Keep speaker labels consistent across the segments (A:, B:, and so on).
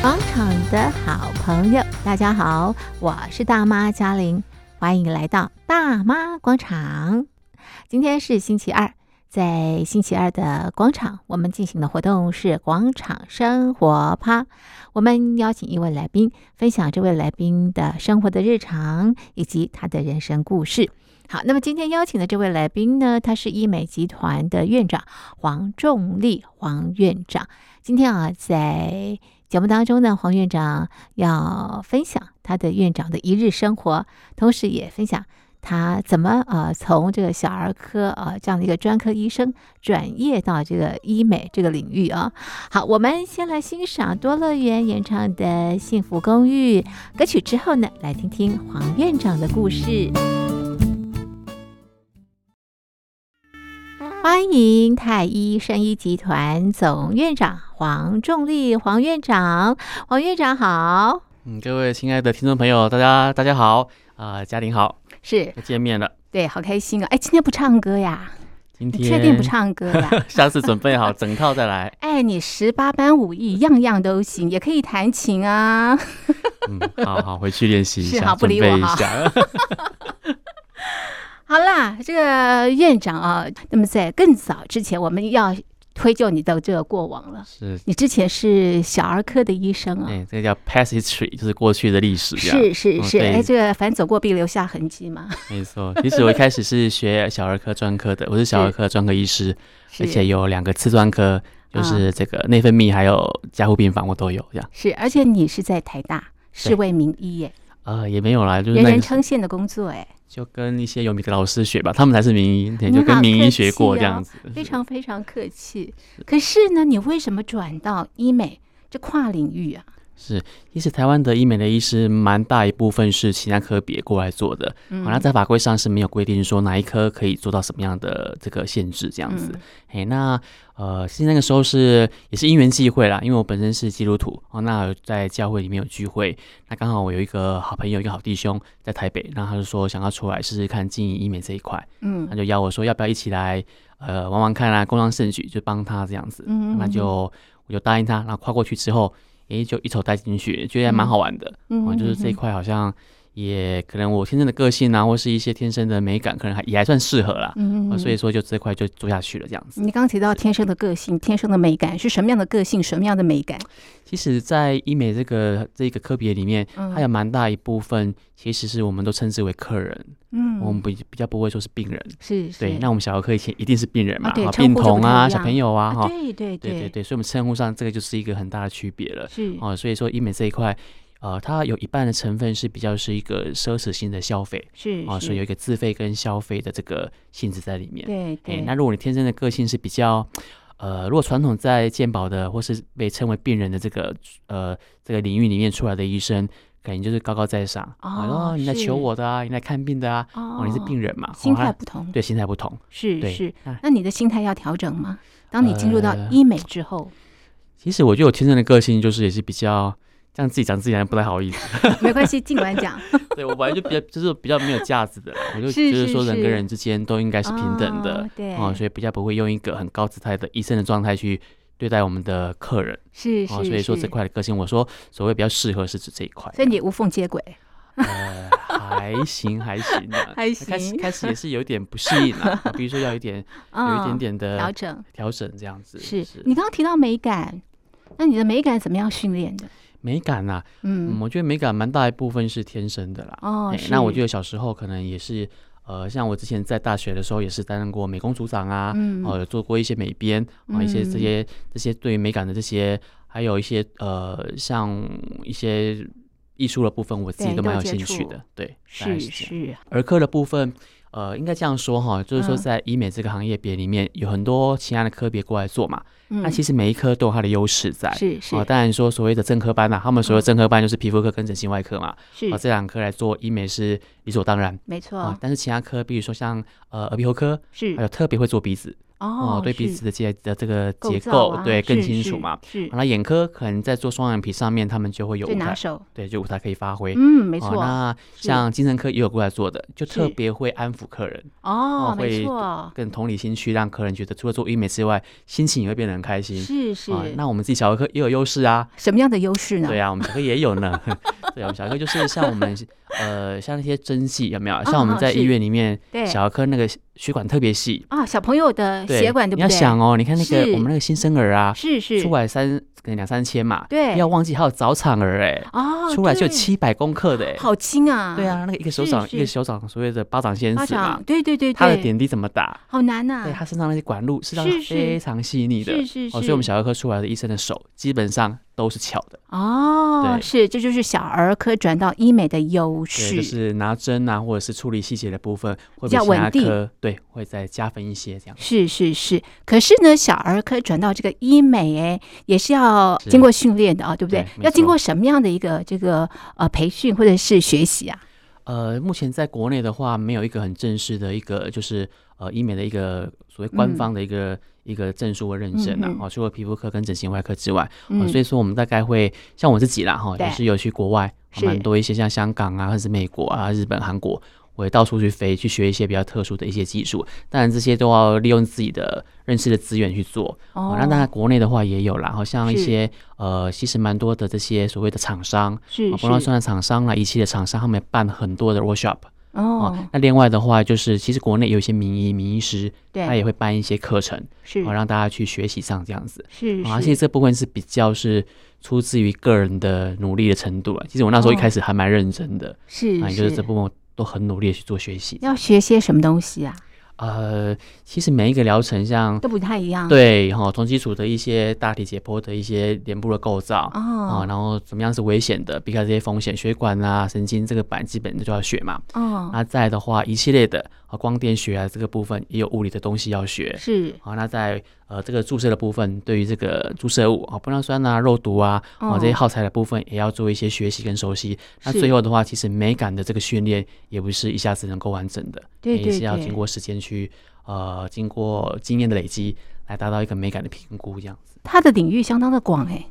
A: 广场的好朋友，大家好，我是大妈嘉玲，欢迎来到大妈广场。今天是星期二，在星期二的广场，我们进行的活动是广场生活趴。我们邀请一位来宾，分享这位来宾的生活的日常以及他的人生故事。好，那么今天邀请的这位来宾呢，他是医美集团的院长黄仲立黄院长。今天啊，在节目当中呢，黄院长要分享他的院长的一日生活，同时也分享他怎么呃从这个小儿科呃这样的一个专科医生转业到这个医美这个领域啊。好，我们先来欣赏多乐园演唱的《幸福公寓》歌曲之后呢，来听听黄院长的故事。欢迎太医生医集团总院长黄仲立黄院长，黄院长好，
B: 嗯，各位亲爱的听众朋友，大家大家好啊、嘉玲好，
A: 是
B: 又见面了。
A: 对，好开心啊！哎，今天不唱歌呀？
B: 今
A: 你
B: 天
A: 确定不？ 唱歌呀？
B: 下次准备好整套再来。
A: 哎，你十八般武艺样样都行，也可以弹琴啊。
B: 嗯，好好回去练习一
A: 是
B: 下，
A: 好不
B: 准
A: 理
B: 备
A: 我
B: 一
A: 哈
B: 下。
A: 好啦，这个院长啊，那么在更早之前，我们要推究你的这个过往了。
B: 是，
A: 你之前是小儿科的医生啊，
B: 哎、这叫 past history，就是过去的历史这样。
A: 是是
B: 嗯
A: 是，
B: 对
A: 哎，这个反正走过必留下痕迹嘛。
B: 没错。其实我一开始是学小儿科专科的，我是小儿
A: 是
B: 科专科医师，
A: 是
B: 而且有两个次专科，就
A: 啊
B: 是这个内分泌还有加护病房我都有这样。
A: 是，而且你是在台大是
B: 对
A: 位名医耶，
B: 呃，也没有啦，就是
A: 人
B: 那
A: 人
B: 个时候
A: 称羡的工作哎，
B: 就跟一些有名的老师学吧，他们才是名医，对，
A: 你
B: 就跟
A: 嗯好
B: 名
A: 客
B: 医学过
A: 气
B: 这样
A: 哦
B: 子。
A: 非
B: 是
A: 常非常客气。可是呢，你为什么转到医美这跨领域啊？
B: 是，其实台湾的医美的医师蛮大一部分是其他科别过来做的，
A: 嗯
B: 好、那在法规上是没有规定说哪一科可以做到什么样的这个限制这样
A: 嗯
B: 子。哎、那呃，其实那个时候是也是因缘际会啦，因为我本身是基督徒哦，那在教会里面有聚会，那刚好我有一个好朋友，一个好弟兄在台北，那他就说想要出来试试看经营医美这一块，
A: 嗯
B: 他就邀我说要不要一起来呃玩玩看啊，共襄盛举，就帮他这样子。
A: 嗯，
B: 那
A: 嗯
B: 就我就答应他，然后跨过去之后，诶，就一头栽进去，觉得还蛮好玩的。
A: 嗯
B: 哦，就是这一块好像也可能我天生的个性啊，或是一些天生的美感，可能还也还算适合啦。
A: 嗯，嗯
B: 哦
A: 嗯
B: 所以说就这块就做下去了这样子。
A: 你刚刚提到天生的个性、天生的美感是什么样的个性、什么样的美感？
B: 其实，在医美这个这个科别里面，
A: 嗯
B: 它有蛮大一部分其实是我们都称之为客人，
A: 嗯
B: 我们比比较不会说是病人。
A: 是是
B: 对，那我们小儿科以前一定是病人嘛，
A: 啊对
B: 哦
A: 称
B: 病
A: 呼就不
B: 童啊、
A: 太一
B: 小
A: 样
B: 朋友啊，
A: 啊，
B: 哈，
A: 对对
B: 对对
A: 对，
B: 对，所以我们称呼上这个就是一个很大的区别了。
A: 是
B: 哦，所以说医美这一块，呃，它有一半的成分是比较是一个奢侈性的消费
A: 是
B: 啊、哦，所以有
A: 是
B: 一个自费跟消费的这个性质在里面。
A: 对
B: 哎
A: 对，
B: 那如果你天生的个性是比较，呃，如果传统在健保的或是被称为病人的这个呃这个领域里面出来的医生，感觉就是高高在上啊，
A: 哦
B: 哦，你来
A: 是
B: 求我的啊，你来看病的啊，哦，你是病
A: 人，
B: 人嘛，哦
A: 心
B: 他
A: 态不同，
B: 对心态不同。
A: 是
B: 对
A: 是
B: 那。
A: 那你的心态要调整吗？当你进入到
B: 呃
A: 医美之后，
B: 其实我觉得我天生的个性就是也是比较，这样自己讲自己好像不太好意思。
A: 没关系，尽管讲，
B: 对我本来就比较就是比较没有架子的啦，我就是觉得
A: 是
B: 说人
A: 是
B: 跟人之间都应该是平等的
A: 哦，对，
B: 哦，所以比较不会用一个很高姿态的医生的状态去对待我们的客人
A: 是
B: 哦，
A: 是，
B: 所以说这
A: 是，
B: 块的个性，我说所谓比较适合是指这一块，
A: 所以你无缝接轨，
B: 呃还行还行啊，
A: 还
B: 开始
A: 行
B: 开始也是有一点不适应啊，比如说要有一点有一点呃
A: 嗯
B: 点
A: 调
B: 的
A: 整。
B: 调整这样子，
A: 是你刚刚提到美感，那你的美感怎么样训练的？
B: 美感呐，嗯，
A: 嗯，
B: 我觉得美感蛮大一部分是天生的啦，
A: 哦
B: 哎，那我
A: 是
B: 觉得小时候可能也是，呃，像我之前在大学的时候也是担任过美工组长啊，
A: 嗯
B: 哦，有做过一些美编啊、一些这
A: 嗯
B: 些这些对于美感的这些，还有一些呃，像一些艺术的部分，我自己
A: 对
B: 都
A: 都
B: 蛮有
A: 接
B: 兴趣
A: 触
B: 的。对，大概
A: 是
B: 是这样
A: 是，
B: 儿科的部分，呃，应该这样说哈，就是说
A: 嗯
B: 在医美这个行业别里面，有很多其他的科别过来做嘛，那
A: 嗯，
B: 其实每一科都有它的优势在。
A: 是是嗯
B: 哦，当然说所谓的正科班呐、他们所谓的正科班就是皮肤科跟整形外科嘛，啊，
A: 是，
B: 这两科来做医美是理所当然
A: 没
B: 啊
A: 错。，
B: 但是其他科，比如说像呃耳鼻喉科，
A: 哦是
B: 还有特别会做鼻子，
A: 哦，
B: 对彼
A: 是
B: 此的结的这个
A: 构
B: 结
A: 造
B: 构，
A: 啊
B: 对更
A: 是
B: 清
A: 是
B: 楚嘛。
A: 是
B: 好，那眼科可能在做双眼皮上面，他们就会有
A: 最
B: 舞
A: 拿
B: 台，
A: 手，
B: 对，就舞台可以发挥。
A: 嗯，没
B: 哦
A: 错，
B: 那
A: 是
B: 像精神科也有过来做的，就是特别会安抚客人，
A: 哦，
B: 哦
A: 没
B: 会
A: 错，
B: 更同理心去让客人觉得除了做医美之外，心情也会变得很开心。
A: 是是
B: 啊，，那我们自己小儿科也有优势啊，
A: 什么样的优势呢？
B: 对啊，我们小儿科也有呢。 对啊，我们小儿科就是像我们呃，像那些针剂有没有？像我们
A: 嗯
B: 在
A: 是
B: 医院里面，
A: 对
B: 小儿科那个血管特别细，
A: 啊，小朋友的
B: 对
A: 血管对不
B: 你
A: 对？
B: 要想哦，你看那
A: 是
B: 个我们那个新生儿啊，
A: 是是
B: 出来三可能两三千嘛，
A: 对
B: 不要忘记还有早产儿哎，
A: 哦，
B: 出来就
A: 对，
B: 七百公克的哎，
A: 好轻啊，
B: 对，啊，那个一个手
A: 是
B: 掌
A: 是
B: 一个手掌所谓的巴掌先
A: 巴
B: 死嘛
A: 掌，，对对对对，
B: 他的点滴怎么打？
A: 好难呐，
B: 对他身上那些管路是让
A: 是是
B: 非常细腻的，
A: 是是是，
B: 哦，所以我们小儿科出来的医生的手基本上都是巧的，
A: 哦，
B: 对
A: 是，这就是小儿科转到医美的优
B: 对，就
A: 势，
B: 是拿针啊，或者是处理细节的部分会
A: 比较
B: 比其他
A: 稳定
B: 科对会再加分一些这样。
A: 是是是，可是呢，小儿科转到这个医美，哎，也是要
B: 是
A: 经过训练的啊，对不对？
B: 对没
A: 要经
B: 错
A: 过什么样的一个这个呃培训或者是学习啊？
B: 呃，目前在国内的话，没有一个很正式的一个就是呃医美的一个所谓官
A: 嗯
B: 方的一个、一个证书或认证啊，
A: 嗯嗯
B: 哦，除了皮肤科跟整形外科之外，
A: 嗯，
B: 呃所以说我们大概会像我自己啦哈，哦
A: 对
B: 也是有去国外，哦
A: 是
B: 蛮多一些像香港啊，或是美国啊、日本、韩国，我也到处去飞去学一些比较特殊的一些技术。当然这些都要利用自己的认识的资源去做。
A: 哦，
B: 那当然国内的话也有啦，好像一
A: 是
B: 些呃，其实蛮多的这些所谓的厂商，
A: 是
B: 啊，不论
A: 是
B: 算厂商啦、仪器的厂商，他们也办很多的 workshop 哦、
A: 哦，
B: 那另外的话，就是其实国内有一些名医、名医师，他
A: 对，
B: 也会办一些课程，
A: 是
B: 哦，让大家去学习上这样子。
A: 是
B: 啊，
A: 是
B: 其实这部分是比较是出自于个人的努力的程度啊。其实我那时候一
A: 哦
B: 开始还蛮认真的，
A: 是
B: 啊，也就是这部分我都很努力的去做学习。
A: 要学些什么东西啊？
B: 呃，其实每一个疗程像，
A: 都不太一样，
B: 对哈，从基础的一些大体解剖的一些脸部的构造。啊，
A: 哦
B: 然后怎么样是危险的，避开这些风险，血管啊、神经这个板基本的就要学嘛。
A: 哦，
B: 那再来的话，仪器类的啊，光电学啊这个部分也有物理的东西要学。
A: 是
B: 好，那在呃这个注射的部分，对于这个注射物啊，玻尿酸啊、肉毒啊，啊这些
A: 哦
B: 耗材的部分，也要做一些学习跟熟悉。那
A: 是
B: 最后的话，其实美感的这个训练也不是一下子能够完整的，
A: 对
B: 也
A: 对
B: 是要
A: 对
B: 经过时间去呃，经过经验的累积来达到一个美感的评估，这样子。
A: 它的领域相当的广哎，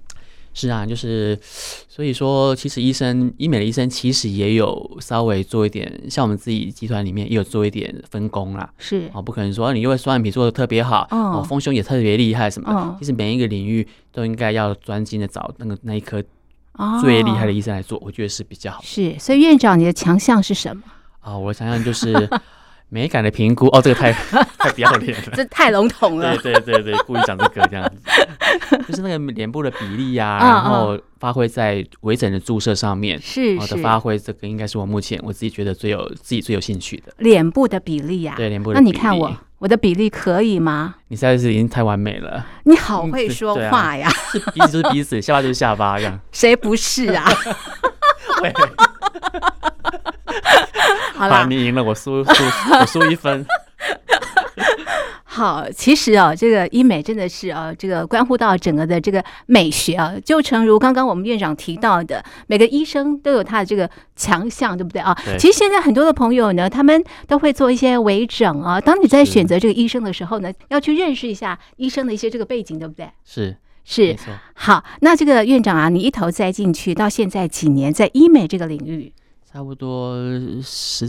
B: 是啊，就是所以说，其实医生医美的医生其实也有稍微做一点，像我们自己集团里面也有做一点分工啦。
A: 是
B: 哦，不可能说你因为双眼皮做的特别好，
A: 嗯
B: 哦，丰胸也特别厉害什么的。
A: 嗯
B: 其实每一个领域都应该要专精的找那个那一科
A: 哦
B: 最厉害的医生来做，我觉得是比较好的
A: 是，所以院长你的强项是什么？
B: 啊、我想想就是 美感的评估，哦，这个太 太不要脸 了。
A: 这太笼统
B: 对
A: 了，
B: 对对对，故意讲这个这样子， 就是那个脸部的比例呀、
A: 嗯
B: 然后发挥在微整的注射上面，哦
A: 是
B: 我
A: 是
B: 的发挥，这个应该是我目前我自己觉得最有自己最有兴趣的。
A: 脸部的比例呀，
B: 对脸部的
A: 那你
B: 比
A: 看
B: 例
A: 我，我的比例可以吗？
B: 你实在是已经太完美了，
A: 你好
B: 嗯
A: 会
B: 对
A: 说
B: 对啊
A: 话呀，
B: 是鼻子就是鼻子，下巴就是下巴 这样。
A: 谁不是 啊？
B: 对，
A: 好啦，
B: 你赢了，我输输我输一分。
A: 好，其实啊，这个医美真的是啊，这个关乎到整个的这个美学啊。就诚如刚刚我们院长提到的，每个医生都有他的这个强项，对不对啊？
B: 对
A: 其实现在很多的朋友呢，他们都会做一些微整啊。当你在
B: 是
A: 选择这个医生的时候呢，要去认识一下医生的一些这个背景，对不对？
B: 是
A: 是
B: 没错，
A: 好，那这个院长啊，你一头栽进去到现在几年，在医美这个领域，
B: 差不多十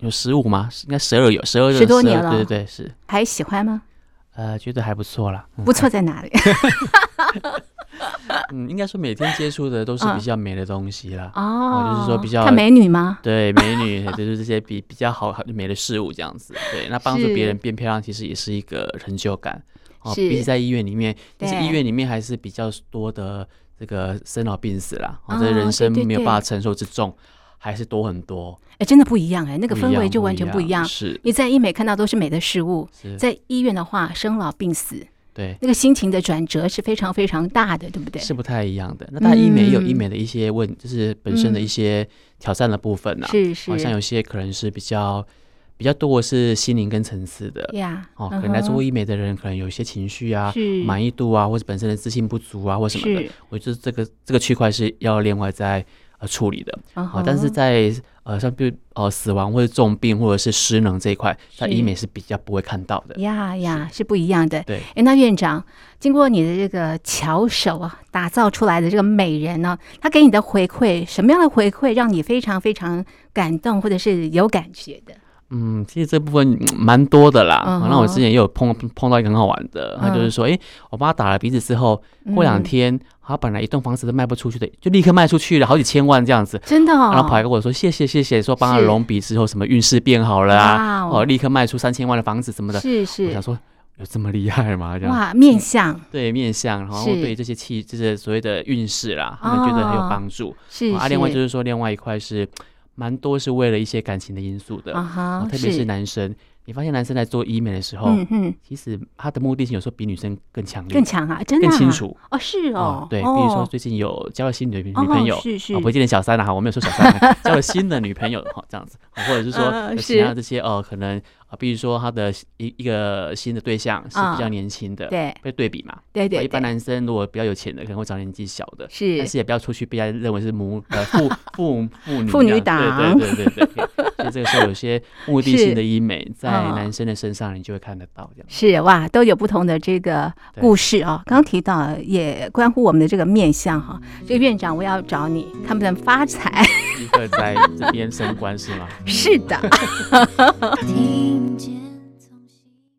B: 有十五吗？应该十二有，十二
A: 10多年了
B: 对对对，是。
A: 还喜欢吗？
B: 呃，觉得还不错啦，嗯
A: 不错在 哪里？
B: 嗯，应该说每天接触的都是
A: 嗯
B: 比较美的东西啦，
A: 哦，
B: 就是说比较
A: 看美女吗？
B: 对美女， 就是这些比比较好好美的事物这样子，对，那帮助
A: 是
B: 别人变漂亮，其实也是一个成就感。哦，
A: 是
B: 比起在医院里面，但是
A: 对
B: 医院里面还是比较多的这个生老病死啦，哦，
A: 哦
B: 这人生
A: 对对
B: 没有
A: 对
B: 办法承受之重，还是多很多。
A: 哎，真的不一样哎，那
B: 那
A: 个氛围就完全不一样。
B: 是
A: 你在医美看到都是美的事物，
B: 是，
A: 在医院的话，生老病死，
B: 对，
A: 那个心情的转折是非常非常大的，对不对？
B: 是不太一样的。那当然医美也有医
A: 嗯
B: 美的一些问，就是本身的
A: 嗯
B: 一些挑战的部分呐、
A: 是
B: 好像有些可能是比较比较多的是心灵跟层次的。
A: 呀，
B: 哦，
A: 嗯
B: 可能在做
A: 哼
B: 医美的人，可能有一些情绪啊、
A: 是
B: 满意度啊，或者本身的自信不足啊，或什么的
A: 是。
B: 我觉得这个这个区块是要另外在呃处理的。
A: 嗯
B: 好，但是
A: 哼
B: 在呃像比如呃死亡或者重病或者是失能这一块，在
A: 是
B: 医美是比较不会看到的。
A: 呀呀是不一样的。
B: 对，
A: 哎，那院长，经过你的这个巧手啊，打造出来的这个美人呢、他给你的回馈，什么样的回馈让你非常非常感动，或者是有感觉的？
B: 嗯，其实这部分嗯蛮多的啦。
A: 嗯
B: 好那我之
A: 哼
B: 前也有碰碰到一个很好玩的，他就是说，诶，我帮他打了鼻子之后，过两
A: 嗯
B: 天，他本来一栋房子都卖不出去的，就立刻卖出去了好几千万这样子。
A: 真的、哦，
B: 然后跑来跟我说谢谢谢谢，说帮他
A: 是
B: 隆鼻之后什么运势变好了
A: 哇
B: 啊，
A: 哦
B: 哦，立刻卖出三千万的房子什么的。
A: 是
B: 我
A: 是
B: 想，说有这么厉害吗？这样嗯
A: 哇，面相
B: 对面相，然后
A: 是哦
B: 对这些气，这些所谓的运势啦，他们觉得很有帮助。
A: 是
B: 啊，另外就是是说，另外一块是蛮多是为了一些感情的因素的，
A: 啊哈
B: 哦，特别是男生，你发现男生在做医美的时候，
A: 嗯嗯，
B: 其实他的目的性有时候比女生更强烈、
A: 更强啊，真的、啊、
B: 更清楚。
A: 哦，是哦，
B: 对，比
A: 哦、
B: 如说最近有交了新女女朋友
A: 哦、，是是，
B: 哦，不见得小三了哈，我没有说小三，交了新的女朋友哈，这样子，或者是说
A: 呃
B: 有其
A: 是
B: 他这些哦，可能啊，比如说他的一一个新的对象是比较
A: 嗯
B: 年轻的，
A: 对
B: 会对比嘛。
A: 对对，
B: 一般
A: 对
B: 男生如果比较有钱的，可能会找年纪小的，
A: 是
B: 但是也不要出去被人家认为是母呃父父父女
A: 妇女
B: 这样对对对对对。所以这个时候有些目的性的医美，在
A: 嗯
B: 男生的身上你就会看得到这样。
A: 是哇，都有不同的这个
B: 对嗯
A: 故事啊、刚刚提到也关乎我们的这个面相哈、这个院长，我要找你，看不能发财。
B: 立刻在这边升官是吗？
A: 是的。
C: 听见从心。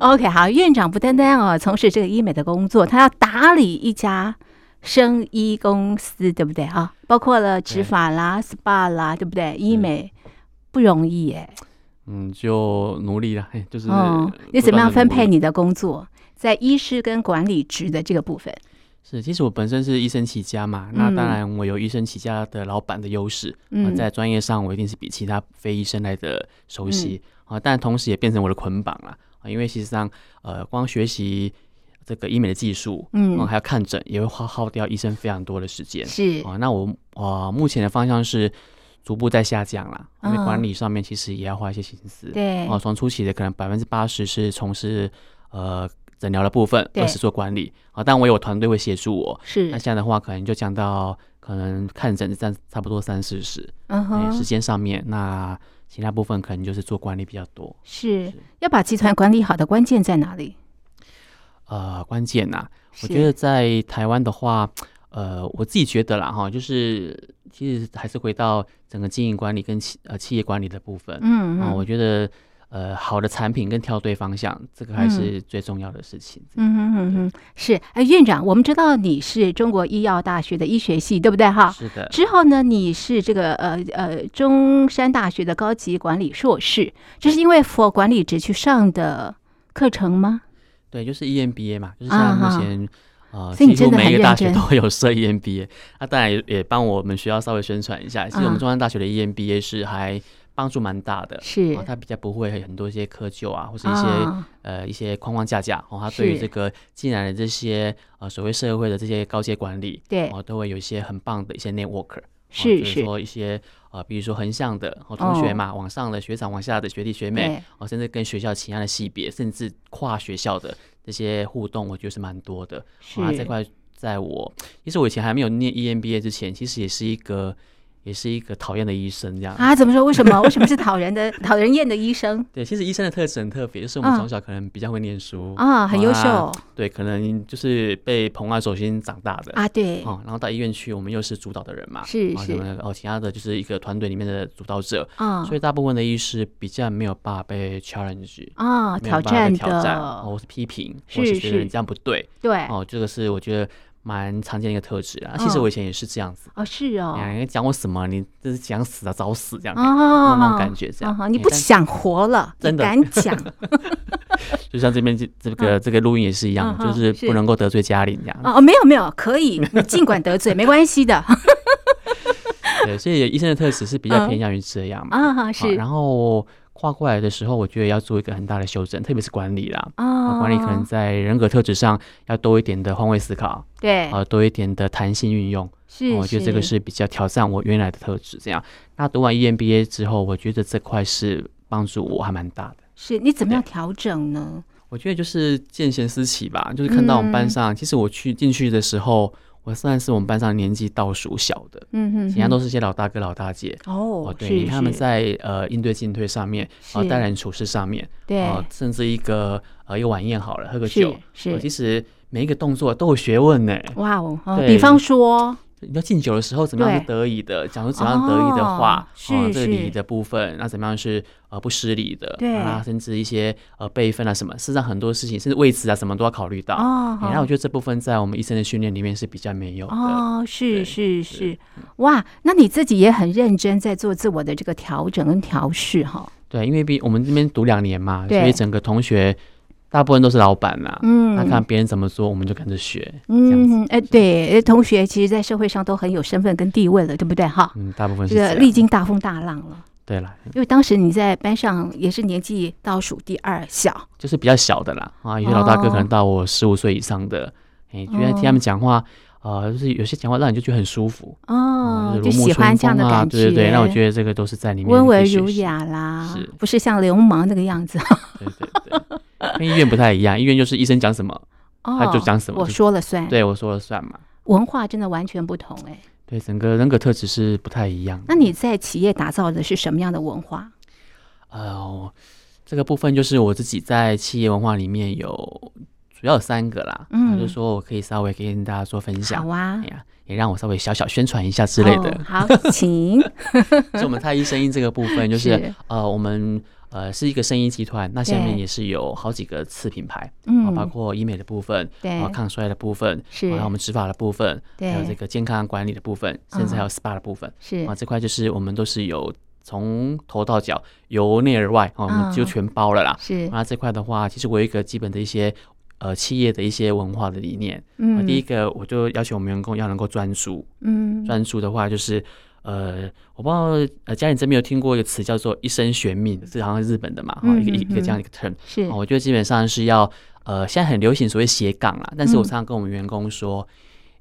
A: OK，好，院长不单单哦从事这个医美的工作，他要打理一家生医公司，对不对啊？包括了植
B: 对
A: 发啦、SPA 啦，对不对？医美不容易耶。
B: 嗯，就努力了，嘿就是
A: 哦，你怎么样分配？你的工作？在医师跟管理职的这个部分，
B: 是，其实我本身是医生起家嘛，那
A: 嗯
B: 当然我有医生起家的老板的优势，啊
A: 嗯，
B: 在专业上我一定是比其他非医生来的熟悉
A: 嗯
B: 啊、但同时也变成我的捆绑啦啊，因为其实上呃，光学习这个医美的技术，
A: 嗯
B: 嗯，还要看诊，也会耗耗掉医生非常多的时间
A: 是
B: 啊。那我啊、目前的方向是逐步在下降啦，因为
A: 嗯
B: 管理上面其实也要花一些心思，
A: 对
B: 哦，从初期的可能百分之八十是从事呃诊疗的部分，
A: 对
B: 二十做管理啊，但我有团队会协助我。那
A: 是，
B: 现在的话，可能就降到可能看诊占差不多三四十，
A: 嗯
B: 哎时
A: 哼，
B: 间上面，那其他部分可能就是做管理比较多。
A: 是要把集团管理好的关键在哪里？
B: 呃，关键呐、我
A: 是
B: 觉得在台湾的话，呃，我自己觉得啦哈，就是其实还是回到整个经营管理跟企呃企业管理的部分。
A: 嗯
B: 啊、我
A: 嗯
B: 觉得呃，好的产品跟挑对方向，这个还是最重要的事情。
A: 嗯哼嗯哼，是哎，院长，我们知道你是中国医药大学的医学系，对不对哈？
B: 是的，
A: 之后呢，你是这个呃呃中山大学的高级管理硕士，这是因为 for 管理职去上的课程吗？
B: 对，就是 E EMBA 嘛，就是
A: 啊
B: 像目
A: 哈
B: 前。呃，
A: 所以你
B: 几乎
A: 真的
B: 每
A: 很
B: 一个大
A: 认
B: 学
A: 真
B: 都有设 E EMBA，那、当然也也帮我们学校稍微宣传一下。其实我
A: 啊
B: 们中山大学的 E EMBA 是还帮助蛮大的，
A: 是
B: 啊，它比较不会很多一些窠臼啊，或是一些、
A: 啊，
B: 呃一些框框架架，哦，它对于
A: 是
B: 这个进来的这些呃所谓社会的这些高阶管理，
A: 对
B: 哦，都会有一些很棒的一些 network，哦
A: 是
B: 就是
A: 是，
B: 说一些呃，比如说横向的哦，同学嘛，往上的学长，往下的学弟学妹，
A: 对，
B: 哦，甚至跟学校其他的系别，甚至跨学校的这些互动，我觉得是蛮多的。
A: 是
B: 啊，这块在我其实我以前还没有念 E EMBA 之前，其实也是一个也是一个讨厌的医生这样。
A: 啊，怎么说？为什么？为什么是讨人 的、讨人厌的医生
B: 对，其实医生的特质很特别，就是我们
A: 嗯
B: 从小可能比较会念书
A: 啊？很优秀
B: 啊对，可能就是被捧在手心长大的。
A: 啊，对，
B: 哦，然后到医院去，我们又是主导的人嘛，
A: 是
B: 啊
A: 是
B: 什么的哦，其他的就是一个团队里面的主导者，
A: 啊
B: 所以大部分的医师比较没有办法被 challenge，
A: 啊，
B: 没
A: 挑
B: 有办法
A: 战
B: 被
A: 的，
B: 挑战，哦，或是批评，或
A: 是
B: 是觉得
A: 是
B: 你这样不对，
A: 对，
B: 哦，这个是我觉得蛮常见的一个特质啊。其实
A: 嗯
B: 我以前也是这样子，
A: 哦，是哦，
B: 哎呀，你讲我什么？你这是想死啊，找死这样，
A: 哦，
B: 那种感觉这样
A: 哦你
B: 哎
A: 不
B: 但是
A: 想活了，
B: 真的
A: 你敢 讲
B: 就像这边这这个这个录音也是一样，
A: 嗯
B: 就
A: 哼
B: 是
A: 是
B: 不能够得罪家里这样。
A: 哦？哦没有没有，可以，你尽管得 罪，没关系的啊
B: 对，所以医生的特质是比较
A: 嗯
B: 偏向于这样嘛。
A: 啊，
B: 好
A: 是
B: 然后跨过来的时候，我觉得要做一个很大的修正，特别是管理啦。啊
A: 啊
B: 管理可能在人格特质上要多一点的换位思考，
A: 对，
B: 啊，多一点的弹性运用。
A: 哎
B: 哦
A: 是，
B: 我觉得这个是比较挑战我原来的特质。这样，那读完 E EMBA 之后，我觉得这块是帮助我还蛮大的。
A: 是你怎么样调整呢？嗯
B: 我觉得就是见贤思齐吧，就是看到我们班上，其实我去进去的时候，我算是我们班上年纪倒数小的，
A: 嗯哼，
B: 其他都是些老大哥老大姐。
A: 哦
B: 哦，，
A: 是
B: 对，他们
A: 是
B: 在呃应对进退上面，啊、
A: 是
B: 待人处事上面，
A: 对
B: 啊、甚至一个呃一个晚宴好了，喝个
A: 是
B: 酒，
A: 是
B: 呃其实每一个动作都有学问呢。
A: 哇哦，哦
B: 对
A: 比方说，
B: 你要敬酒的时候怎么样是
A: 对
B: 得意的，讲出怎么样得意的话，
A: 哦
B: 呃
A: 是
B: 这个礼
A: 是
B: 仪的部分，那怎么样是呃不失礼的，
A: 对
B: 啊，甚至一些呃辈分啊什么，事实上很多事情甚至位置啊什么都要考虑到。
A: 哦，
B: 哎那我觉得这部分在我们医生的训练里面是比较没有的。
A: 哦，
B: 对嗯
A: 是是是，哇，那你自己也很认真在做自我的这个调整跟调试哈。
B: 对，因为毕我们这边读两年嘛，所
A: 对
B: 以整个同学大部分都是老板啦、
A: 嗯
B: 那看别人怎么做，我们就跟着学，这样子。
A: 嗯，哎、对，呃同学其实，在社会上都很有身份跟地位了，对不对哈？
B: 嗯，大部分是嗯
A: 这
B: 这
A: 个
B: 样。
A: 历经大风大浪了，
B: 对啦，
A: 因为当时你在班上也是年纪倒数第二小，
B: 就是比较小的啦，啊，有些老大哥可能
A: 哦
B: 到我十五岁以上的，哎、觉得听他们讲话，呃，就是有些讲话让你就觉得很舒服，
A: 哦
B: 啊，
A: 就
B: 就是如沐
A: 喜欢
B: 春
A: 这样
B: 风
A: 的
B: 啊，
A: 感觉，
B: 对对对，那我觉得这个都是在里面
A: 温
B: 可以
A: 文
B: 学
A: 儒
B: 习，
A: 雅啦
B: 是，
A: 不是像流氓那个样子。
B: 对对对，跟医院不太一样，医院就是医生讲什么，
A: 哦，
B: 他就讲什么
A: 我
B: 就
A: 说了算，
B: 对我说了算嘛，
A: 文化真的完全不同哎、
B: 对，整个人格特质是不太一样的。
A: 那你在企业打造的是什么样的文化？
B: 呃，这个部分就是我自己在企业文化里面有主要有三个啦，
A: 嗯
B: 嗯，就说我可以稍微跟大家做分
A: 好
B: 享，
A: 啊
B: 哎，呀，也让我稍微小小宣传一下之类的。
A: 哦好， 请
B: 所以我们太医声音这个部分，就是
A: 是
B: 呃，我们呃是一个声音集团，那下面
A: 对
B: 也是有好几个次品牌，啊，包
A: 嗯，
B: 括医美的部分，
A: 对
B: 啊，抗衰的部分，啊
A: 是
B: 然后我们植发的部分，还有这
A: 对，
B: 个健康管理的部分，甚至还有 SPA 的部分。
A: 是
B: 啊，这块就是我们都是有从头到脚，由内而外，哦，我们就
A: 嗯
B: 全包了啦。
A: 是，
B: 那这块的话，其实我有一个基本的一些呃企业的一些文化的理念。啊
A: 嗯，
B: 第一个，我就要求我们员工要能够专注。
A: 嗯，
B: 专注的话，就是呃，我不知道呃，家里这边有听过一个词叫做“一生悬命”，这好像是日本的嘛，哈、一
A: 嗯
B: 个一个这样的一个 term、
A: 是
B: 哦我觉得基本上是要呃，现在很流行所谓斜杠啦，但是
A: 嗯
B: 我常常跟我们员工说。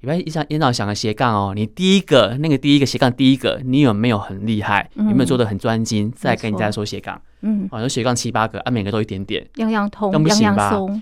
B: 你不要一想一脑想个斜杠哦，你第一个那个第一个斜杠第一个，你有没有很厉害？有没有做的很专精？再跟人家说斜杠，
A: 嗯，
B: 好像斜杠七八个啊，每个都一点点，
A: 样样通，
B: 那不
A: 样
B: 行
A: 样
B: 吧
A: 松，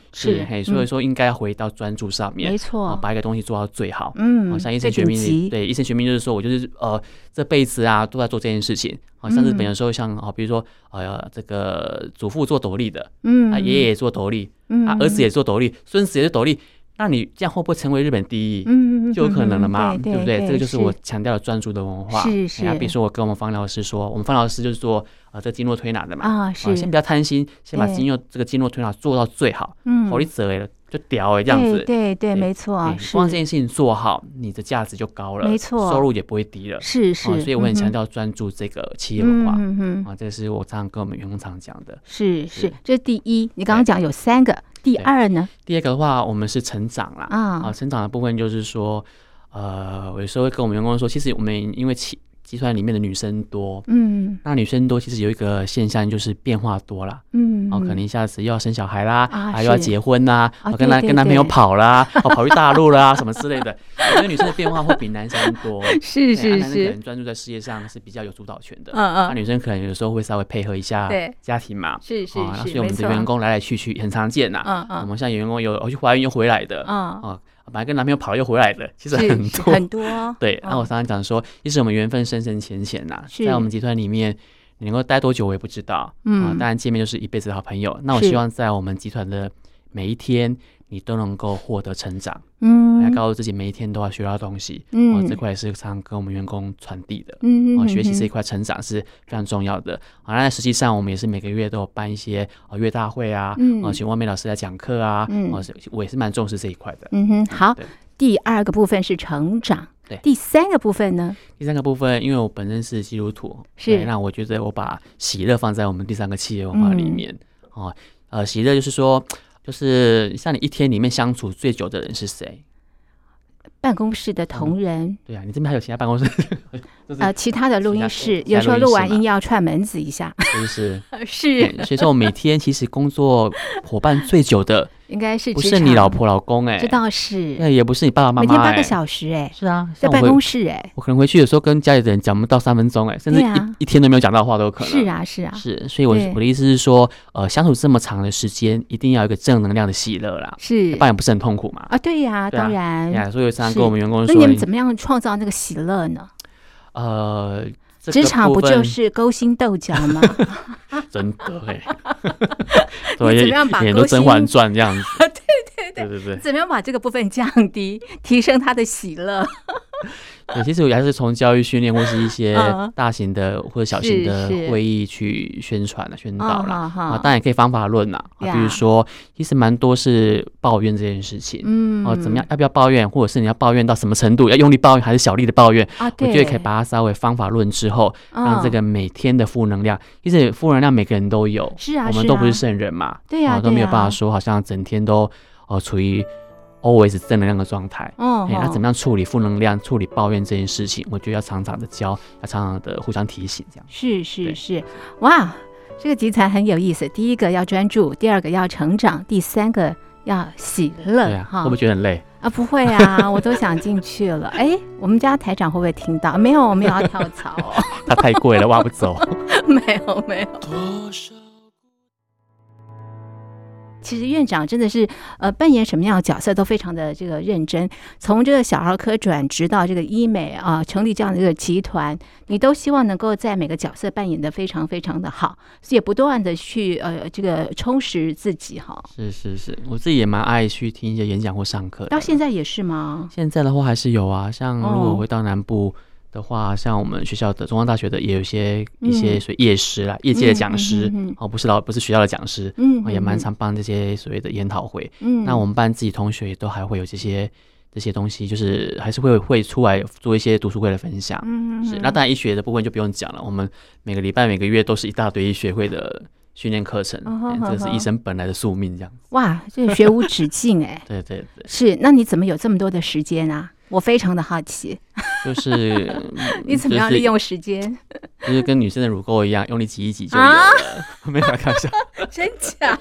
B: 嘿，
A: 嗯
B: 所以说应该回到专注上面
A: 没，
B: 啊
A: 错，
B: 把一个东西做到最好。
A: 嗯，
B: 好像医
A: 最
B: 生学
A: 顶
B: 命
A: 级
B: 里，，对医生学命就是说我就是呃这辈子啊都在做这件事情。好像日
A: 嗯
B: 本有时候像哦，比如说呃这个祖父做斗笠的，
A: 嗯，
B: 啊爷爷也做斗笠，
A: 嗯，
B: 啊儿子也做斗笠，孙子也是斗笠，那你这样会不会成为日本第一？
A: 嗯，嗯，
B: 就有可能了嘛，
A: 嗯
B: 对不对？这个就是我强调的专注的文化。
A: 是
B: 哎
A: 是
B: 呀比如说我跟我们方疗师说，我们方疗师就是做呃这经络推拿的嘛，
A: 啊，
B: 啊
A: 是，
B: 先不要贪心，先把
A: 对
B: 经络这个经络推拿做到最好，
A: 嗯
B: 好力折了就屌哎，这样子。
A: 对对对，
B: 对
A: 没错
B: 哎，
A: 啊是
B: 光这件事情做好，你的价值就高了，
A: 没错
B: 收入也不会低了。
A: 是
B: 啊
A: 是，
B: 所以我很强
A: 调
B: 调专注这个企业文化
A: 嗯嗯嗯，
B: 啊，这个是我常常跟我们员工常讲的。
A: 是是
B: 是，
A: 这是第一，你刚刚讲有三个，第
B: 对
A: 二呢，
B: 第二个的话，我们是成长啦，
A: 啊
B: 啊，成长的部分就是说，呃，我有时候会跟我们员工说，其实我们因为企集团里面的女生多，
A: 嗯
B: 那女生多其实有一个现象就是变化多啦。
A: 嗯，
B: 哦，可能一下子又要生小孩啦，
A: 啊
B: 又要
A: 是
B: 结婚啦，
A: 啊
B: 哦跟男
A: 对对
B: 跟男朋友
A: 对
B: 跑啦，哦，跑去大陆啦，什么之 类的。我觉得女生的变化会比男生多，
A: 是
B: 对啊
A: 是
B: 男生可
A: 是
B: 能，专注在事业上是比较有主导权的，那
A: 嗯嗯，
B: 女生可能有时候会稍微配合一下
A: 对
B: 家庭嘛，
A: 是是
B: 啊，那所以
A: 是，
B: 我
A: 没
B: 们的
A: 错，
B: 员工来来去去很常见呐。
A: 嗯
B: 我
A: 嗯
B: 们像有员工有哦去怀孕又回来的，
A: 嗯，
B: 哦，本来跟男朋友跑了又回来的，其实
A: 是
B: 很
A: 是
B: 多
A: 很多，
B: 对，那我
A: 嗯
B: 常常讲说，其实我们缘分深深浅浅呐，
A: 是
B: 在我们集团里面，你能够待多久我也不知道。
A: 嗯
B: 啊当然见面就是一辈子的好朋友。那我
A: 是
B: 希望在我们集团的每一天，你都能够获得成长，来
A: 嗯
B: 告诉自己每一天都要学到东西。哦
A: 嗯，
B: 这块也是常常跟我们员工传递的。
A: 嗯
B: 哦，
A: 嗯
B: 学习这一
A: 嗯
B: 块成长是非常重要的。啊，那实际上我们也是每个月都有办一些呃月大会啊，
A: 嗯
B: 哦，请外面老师来讲课啊，
A: 嗯
B: 哦，是我也是蛮重视这一块的。
A: 嗯哼，好
B: 对，
A: 第二个部分是成长，
B: 对
A: 第三个部分呢？
B: 第三个部分，因为我本身是基督徒，
A: 是
B: 对那我觉得我把喜乐放在我们第三个企业文化里
A: 嗯
B: 面、哦。呃，喜乐就是说，就是像你一天里面相处最久的人是谁？
A: 办公室的同仁，
B: 对啊，你这边还有其他办公 室，嗯就是
A: 呃，其他的录音室，有时候
B: 其他
A: 录
B: 录音室嘛
A: 完音要串门子一 下，
B: 是不是？
A: 是，
B: 对所以说，我每天其实工作伙伴最久的
A: 应该是
B: 不
A: 职
B: 是你
A: 场
B: 老，婆老公哎、
A: 这倒是，
B: 对，也不是你爸爸妈
A: 每
B: 妈、
A: 天
B: 哎，
A: 八个小时，哎，
B: 是啊，
A: 在
B: 像
A: 办
B: 我
A: 公
B: 回
A: 室，哎，
B: 我可能回去有时候跟家里的人讲不到三分钟哎、甚至一、
A: 对啊
B: 一天都没有讲到话都有可能。
A: 是啊，是啊，
B: 是，所以我
A: 对
B: 我的意思是说，呃，相处这么长的时间，一定要有一个正能量的喜乐啦，
A: 是
B: 不然不是很痛苦嘛。
A: 啊，对呀，
B: 对啊
A: 当
B: 哎
A: 然
B: 呀，所以我常常跟我们员工
A: 那
B: 说，
A: 你们怎么样创造那个喜乐呢？
B: 呃，这
A: 职
B: 个
A: 场不
B: 部分
A: 就是勾心斗角 吗？
B: 真的哎、欸，
A: 你怎
B: 对，
A: 么样把
B: 演演
A: 勾
B: 都《甄嬛
A: 心
B: 传》这样 子，对对对对对
A: 怎么样把这个部分降低，提升他的喜乐？
B: 对，其实我还是从教育训练或是一些
A: 嗯
B: 大型的或者小
A: 是
B: 型的
A: 是
B: 会议去宣传了、宣导
A: 啊
B: 了。
A: 哈哈
B: 啊，当然也可以方法论啦、啊，比如
A: 呀
B: 说，其实蛮多是抱怨这件事情，
A: 嗯
B: 哦，怎么样，要不要抱怨，或者是你要抱怨到什么程度，要用力抱怨还是小力的抱怨，
A: 啊？
B: 我
A: 对，
B: 觉得可以把它稍微方法论之后，让这
A: 嗯
B: 个每天的负能量，其实负能量每个人都有，
A: 是啊，
B: 我们
A: 是
B: 都不是
A: 啊
B: 圣人嘛，
A: 对呀
B: 哦都
A: 对
B: 没有
A: 呀
B: 办法说好像整天都哦处于 always 正能量的状态。
A: 哦
B: 哎，，那
A: 吼
B: 怎么样处理负能量、处理抱怨这件事情？我觉得要常常的教，要常常的互相提醒，这样。
A: 是是
B: 对
A: 是，哇，这个集团很有意思。第一个要专注，第二个要成长，第三个要喜
B: 对
A: 乐
B: 啊，会不会觉得很累？
A: 啊，不会 啊，我都想进去了。哎，我们家台长会不会听到？没有，我没有要跳槽哦，
B: 它太贵了，挖不走。
A: 没有没有。
C: 多少
A: 其实院长真的是呃扮演什么样的角色都非常的这个认真，从这个小儿科转职到这个医美啊、成立这样的一个集团，你都希望能够在每个角色扮演的非常非常的好，所以也不断的去呃这个充实自己哈。
B: 是是是，我自己也蛮爱去听一些演讲或上课的。
A: 到现在也是吗？
B: 现在的话还是有啊，像如
A: 哦
B: 果回到南部的话，像我们学校的中央大学的也有一些一些
A: 嗯
B: 所谓业师啦，业界的讲
A: 嗯
B: 师
A: 嗯嗯嗯
B: 哦，不是老不是学校的讲师，
A: 嗯
B: 哦也蛮。常办这些所谓的研讨会。
A: 嗯，
B: 那我们班自己同学也都还会有这些这些东西，就是还是会会出来做一些读书会的分享。
A: 嗯
B: 是，那当然医学的部分就不用讲了，我们每个礼拜每个月都是一大堆医学会的训练课程，
A: 嗯哼
B: 嗯这个
A: 哼
B: 是
A: 哼
B: 医生本来的宿命这样子。、
A: 哇，这个学无止境哎
B: 对对对，
A: 是，那你怎么有这么多的时间啊？我非常的好奇，
B: 就是嗯
A: 你怎么样
B: 就是
A: 利用时间？
B: 就是跟女生的乳沟一样，用力挤一挤就有了。
A: 啊
B: 没有啦开玩笑，
A: 真假？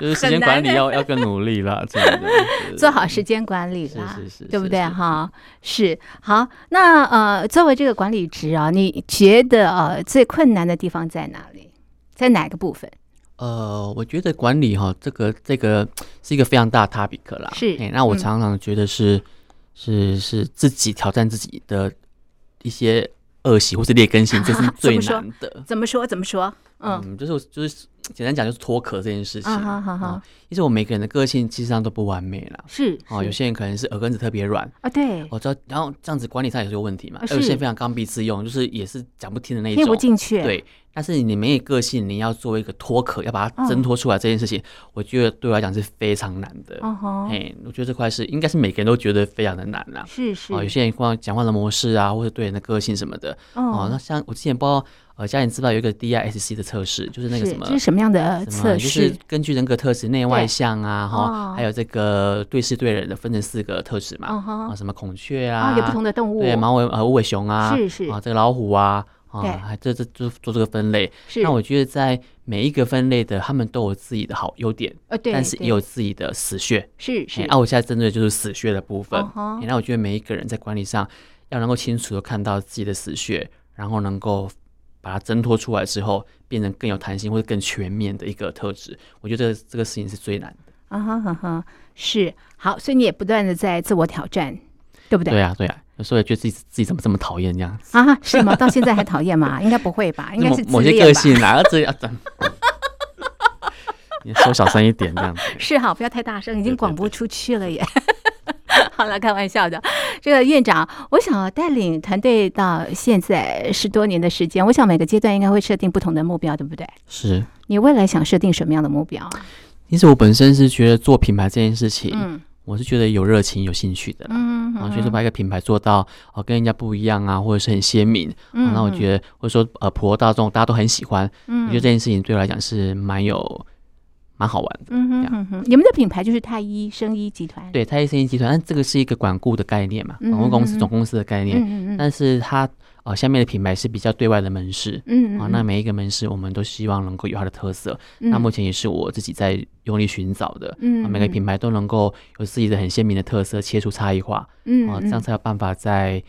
B: 就是时间管理 要要更努力啦，真的就是
A: 欸做好时间管理啦，
B: 嗯是是是
A: 对不
B: 是
A: 对
B: 是
A: 哈？是好，那呃，作为这个管理职啊，你觉得呃最困难的地方在哪里？在哪个部分？
B: 呃，我觉得管理哈，这个这个是一个非常大的 topic 啦。哎
A: 是
B: 嘿那我
A: 嗯
B: 常常觉得是、是是自己挑战自己的一些恶习或是劣根性，这是
A: 怎
B: 最
A: 么说
B: 难的。
A: 怎么说？怎么说？嗯，
B: 嗯，就是我就是简单讲就是脱壳这件事情。
A: 啊哈哈哈
B: 啊，其实我每个人的个性其实上都不完美啦。
A: 是
B: 哦，有
A: 是
B: 些哦人可能是耳根子特别软，
A: 啊，对，
B: 我知道，然后这样子管理上也是有问题嘛。
A: 啊
B: 有些
A: 是
B: 人非常刚愎自用，就是也是讲不听的那一
A: 听
B: 种。
A: 不进去，，
B: 对，但是你没有个性，你要作为一个脱壳，要把它
A: 嗯
B: 挣脱出来这件事情，我觉得对我来讲是非常难的。
A: 哦吼，
B: 哎、我觉得这块是应该是每个人都觉得非常的难啦。
A: 是是，
B: 哦，有些人光讲话的模式啊，或者对人的个性什么的。哦，那
A: 哦，
B: 像我之前不知道，呃，家人知不知道有一个 DISC 的测试，就是那个
A: 是
B: 什么
A: 这是什么样的
B: 什么
A: 测
B: 就是
A: 试？
B: 根据人格特质内外向啊，哈
A: 哦，
B: 还有这个对事对人的分成四个特质嘛，
A: 嗯哼
B: 啊，什么孔雀啊，
A: 啊，有不同的动物，
B: 对毛尾呃无尾熊啊，
A: 是是
B: 啊这个老虎啊，啊
A: 对
B: 还这这就做这个分类。
A: 是，
B: 那我觉得在每一个分类的他们都有自己的好优点，
A: 呃，对，
B: 但是也
A: 对
B: 有自己的死穴。
A: 是是
B: 哎，啊，我现在针对的就是死穴的部分
A: 嗯。哼
B: 哎那我觉得每一个人在管理上要能够清楚的看到自己的死穴，然后能够。把它挣脱出来之后，变成更有弹性或者更全面的一个特质，我觉得这个这个事情是最难的。
A: 啊哈哈哈，是好，所以你也不断的在自我挑战，对不对？
B: 对啊，对啊，有时候也觉得自己自己怎么这么讨厌这样子，
A: 啊，是吗？到现在还讨厌 吗？应该不会吧，应该
B: 某
A: 是自
B: 某些
A: 恋
B: 个
A: 吧
B: 性啦，要这 样，你说小声一点这样 子。
A: 是哈，不要太大声，已
B: 对
A: 经
B: 对
A: 广播
B: 对
A: 出去了耶。好了，开玩笑的。这个院长，我想带领团队到现在十多年的时间，我想每个阶段应该会设定不同的目标，对不对？
B: 是，
A: 你未来想设定什么样的目标啊？
B: 其实我本身是觉得做品牌这件事情，
A: 嗯
B: 我是觉得有热情、有兴趣的啦。
A: 嗯
B: 啊，所以说把一个品牌做到哦跟人家不一样啊，或者是很鲜明，啊
A: 嗯
B: 那我觉得或者说呃普罗大众大家都很喜欢，我觉得这件事情对我来讲是蛮有蛮好玩的。
A: 嗯哼哼哼，你们的品牌就是太一生医集团，
B: 啊对，太一生意集团，但这个是一个管顾的概念嘛，
A: 嗯
B: 管顾公
A: 嗯
B: 司、
A: 嗯
B: 总公司的概念，
A: 嗯嗯嗯
B: 但是它呃下面的品牌是比较对外的门市。
A: 嗯
B: 啊，
A: 嗯，
B: 那每一个门市，我们都希望能够有它的特色。
A: 嗯
B: 那目前也是我自己在用力寻找的。啊
A: 嗯
B: 每个品牌都能够有自己的很鲜明的特色，切出差异化
A: 嗯
B: 啊，这样才有办法在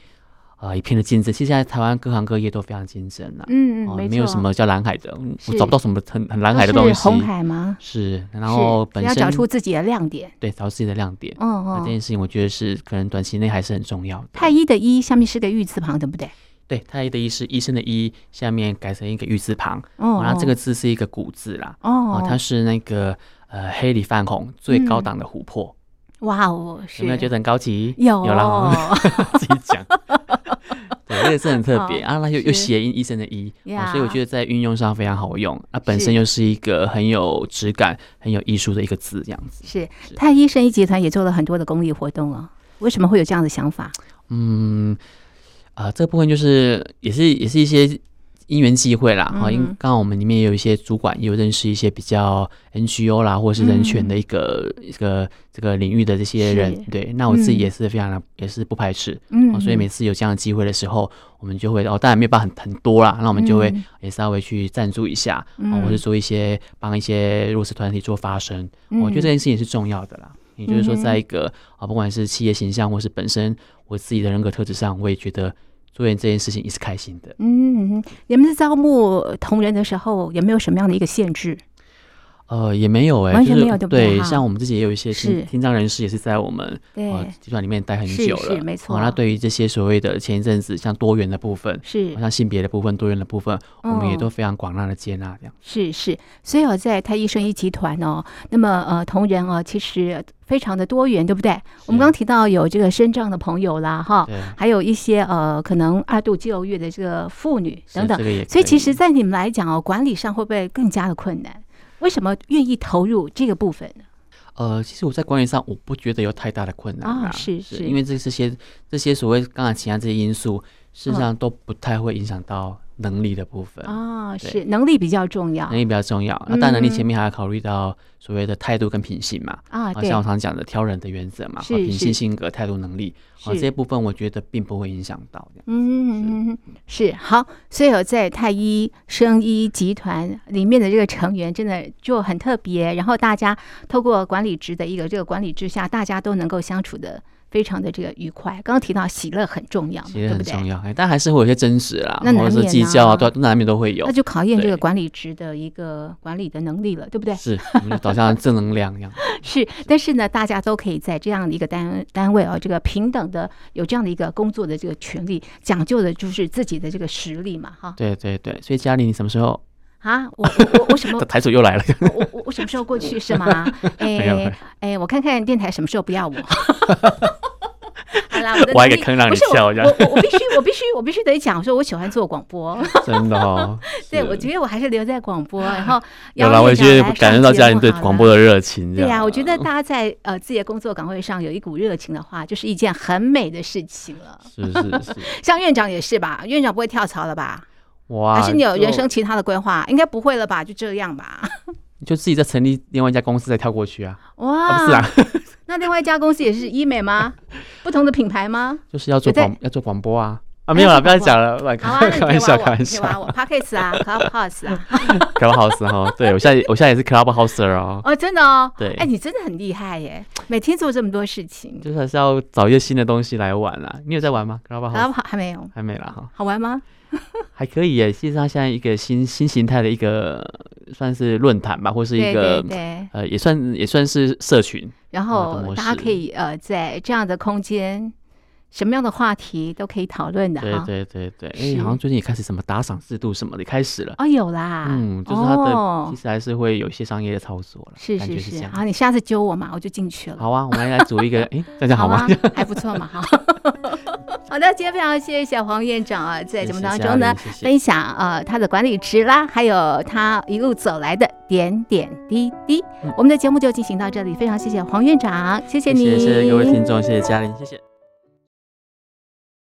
B: 呃一片的竞争。其实现在台湾各行各业都非常竞争啊，
A: 嗯
B: 哦
A: 嗯，，
B: 没有
A: 错
B: 什么叫蓝海的，嗯我
A: 是
B: 找不到什么很很蓝
A: 都
B: 海的东
A: 是红
B: 西。
A: 海吗？
B: 是，然后
A: 是
B: 本
A: 要
B: 身
A: 找出自己的亮点。
B: 对找自己的亮点，
A: 嗯
B: 那
A: 嗯，
B: 这件事情我觉得是可能短期内还是很重要的。
A: 太医的医下面是个玉字旁，对不对？
B: 对太医的医是医生的医，下面改成一个玉字旁，
A: 哦
B: 哦，然后这个字是一个古字啦，
A: 哦
B: 哦，，它是那个呃黑里泛红最高
A: 嗯
B: 档的琥珀，
A: 哇哦，是
B: 有没有觉得很高级？
A: 有
B: 有啦，哦自己讲。对，这个是很特别
A: 好
B: 啊，那又又
A: 是
B: 谐音医生的医、哦，所以我
A: 呀
B: 觉得在运用上非常好用。那、本
A: 是
B: 身又是一个很有质感、很有艺术的一个字，这样子。
A: 是太医生医集团也做了很多的公益活动哦。为什么会有这样的想法？
B: 嗯，啊、这部分就是也是也是一些因缘际会啦。哈、因
A: 嗯
B: 刚好我们里面也有一些主管，也有认识一些比较 NGO 啦，或是人权的一个、一个这个领域的这些人
A: 是。
B: 对，那我自己
A: 嗯
B: 也是非常的、也是不排斥、
A: 嗯
B: 哦，所以每次有这样的机会的时候，我们就会哦，当然没有办法很很多啦，那我们就会
A: 嗯
B: 也稍微去赞助一下，哦
A: 嗯，
B: 或是做一些帮一些弱势团体做发声。哦我觉得
A: 嗯
B: 这件事情是重要的啦。也就是
A: 嗯
B: 说，
A: 哼
B: 在一个啊，不管是企业形象，或是本身我自己的人格特质上，我也觉得做这件事情也是开心的。
A: 嗯，嗯你们在招募同仁的时候有没有什么样的一个限制？
B: 呃，也没有哎、
A: 完
B: 就
A: 全
B: 是
A: 没有对不对
B: 对，
A: 哈
B: 像我们自己也有一些
A: 是
B: 听听障人士，也是在我们
A: 对，
B: 呃集团里面待很
A: 是
B: 久
A: 是
B: 了，
A: 没错
B: 哦那对于这些所谓的前一阵子像多元的部分，
A: 是
B: 好像性别的部分、多元的部分，我们也
A: 嗯
B: 都非常广纳的接纳这样。
A: 是是，所以我在太医生医集团哦，那么呃，同仁哦，其实非常的多元，对不对？我们
B: 是
A: 刚提到有这个身障的朋友啦，哈，
B: 对，
A: 还有一些呃，可能二度就业的这个妇女
B: 是
A: 等等
B: 这，个也可。
A: 所以其实，在你们来讲哦，管理上会不会更加的困难？为什么愿意投入这个部分呢？
B: 呃，其实我在管理上我不觉得有太大的困难
A: 啊
B: 啦
A: 是是
B: 因为这这些这些所谓刚才其他这些因素，事
A: 嗯
B: 实上都不太会影响到能力的部分，
A: 啊、
B: 对哎
A: 是能力比较重要
B: 能力比较重要。那当然，能力前
A: 嗯
B: 面还要考虑到所谓的态度跟品性嘛，
A: 啊，对
B: 像我，常讲的挑人的原则嘛，啊
A: 是
B: 品性、
A: 是
B: 性格、态度、能力，啊，这
A: 是
B: 些部分我觉得并不会影响到这样。
A: 嗯，嗯嗯是好，所以有在太医生医集团里面的这个成员真的就很特别，然后大家透过管理职的一个这个管理之下，大家都能够相处的非常的这个愉快。刚刚提到喜乐很重要嘛，
B: 其实
A: 哦对不
B: 很
A: 对？
B: 重要，哎但还是会有一些争执啦，
A: 那
B: 或
A: 难
B: 者是
A: 免
B: 计较
A: 啊
B: 啊，对啊，难免都会有
A: 那。就考验这个
B: 对
A: 管理职的一个管理的能力了，对不对？
B: 是，我们就导向正能量这 样。
A: 是，但是呢，大家都可以在这样的一个单单位哦，这个平等的有这样的一个工作的这个权利，讲究的就是自己的这个实力嘛，哈
B: 对对对，所以嘉玲，你什么时候？
A: 啊，我我我我 什么
B: 台主又来了。
A: 我我我我什么时候过去是吗？
B: 没有没有
A: 哎哎，我看看电台什么时候不要我。 好啦，我的
B: 挖
A: 能
B: 一个
A: 力
B: 坑让
A: 不
B: 你
A: 是我
B: 跳一下
A: 我我我必须我必须我必须得讲，我说我喜欢做广播，，
B: 真的哦
A: 对我
B: 是
A: 觉得我还是留在广 播，然后
B: 有
A: 邀
B: 啦，我也
A: 院长
B: 觉得
A: 来
B: 感
A: 上
B: 受到
A: 节
B: 家
A: 目
B: 人对
A: 好
B: 广
A: 了
B: 播的热情这
A: 对
B: 样。
A: 呀、我觉得大家在呃自己的工作岗位上有一股热情的话，就是一件很美的事情了。
B: 是是是，
A: 像院长也是吧，院长不会跳槽了吧？
B: 哇！
A: 还是你有人生
B: 就
A: 其他的规划？应该不会了吧？就这样吧。
B: 就自己再成立另外一家公司再跳过去啊？
A: 哇，
B: 啊，不是啊，
A: 那另外一家公司也是医美 吗？不同的品牌 吗？
B: 就是要做
A: 有在
B: 广要做广播啊啊，没有啦，不要讲了，乱
A: 好啊，那
B: 开
A: 你
B: 开
A: 可
B: 玩
A: 以挖
B: 笑，
A: 我，你
B: 开玩
A: 可以挖
B: 笑
A: 我 p o d c a s t 啊 ，Clubhouse 啊，
B: ，Clubhouse 哈，对我现在我现在也是 Clubhouse 哦，
A: 哦，真的哦，
B: 对
A: 哎，你真的很厉害耶，每天做这么多事情
B: 就是还是要找一些新的东西来玩啦。你有在玩吗？Clubhouse
A: ，Clubhouse 还没有，
B: 还没啦哈，
A: 好玩吗？
B: 还可以耶。其实它现在一个新新形态的一个算是论坛吧，或是一
A: 对
B: 个
A: 对对，
B: 呃，也算也算是社群，
A: 然
B: 啊的
A: 后
B: 模
A: 大家
B: 式
A: 可以呃，在这样的空间，什么样的话题都可以讨论的哈。
B: 对对对对，哎、
A: 是
B: 好像最近也开始什么打赏制度什么的也开始了。
A: 哦，有啦，
B: 嗯，就是它的、
A: 哦
B: 其实还是会有一些商业的操作了，
A: 是
B: 感觉
A: 是
B: 是这
A: 是，
B: 样。
A: 好，你下次揪我嘛，我就进去了。
B: 好啊，我们来组一个，哎、这样讲好吗？
A: 啊，还不错嘛，哈。 好的，今天非常谢谢黄院长啊，在节目当中呢，
B: 谢谢嘉玲谢谢
A: 分享呃他的管理职啦，还有他一路走来的点点滴滴。
B: 嗯
A: 我们的节目就进行到这里，非常谢谢黄院长，谢谢
B: 谢
A: 你，
B: 谢谢谢各位听众，谢谢嘉玲，谢谢。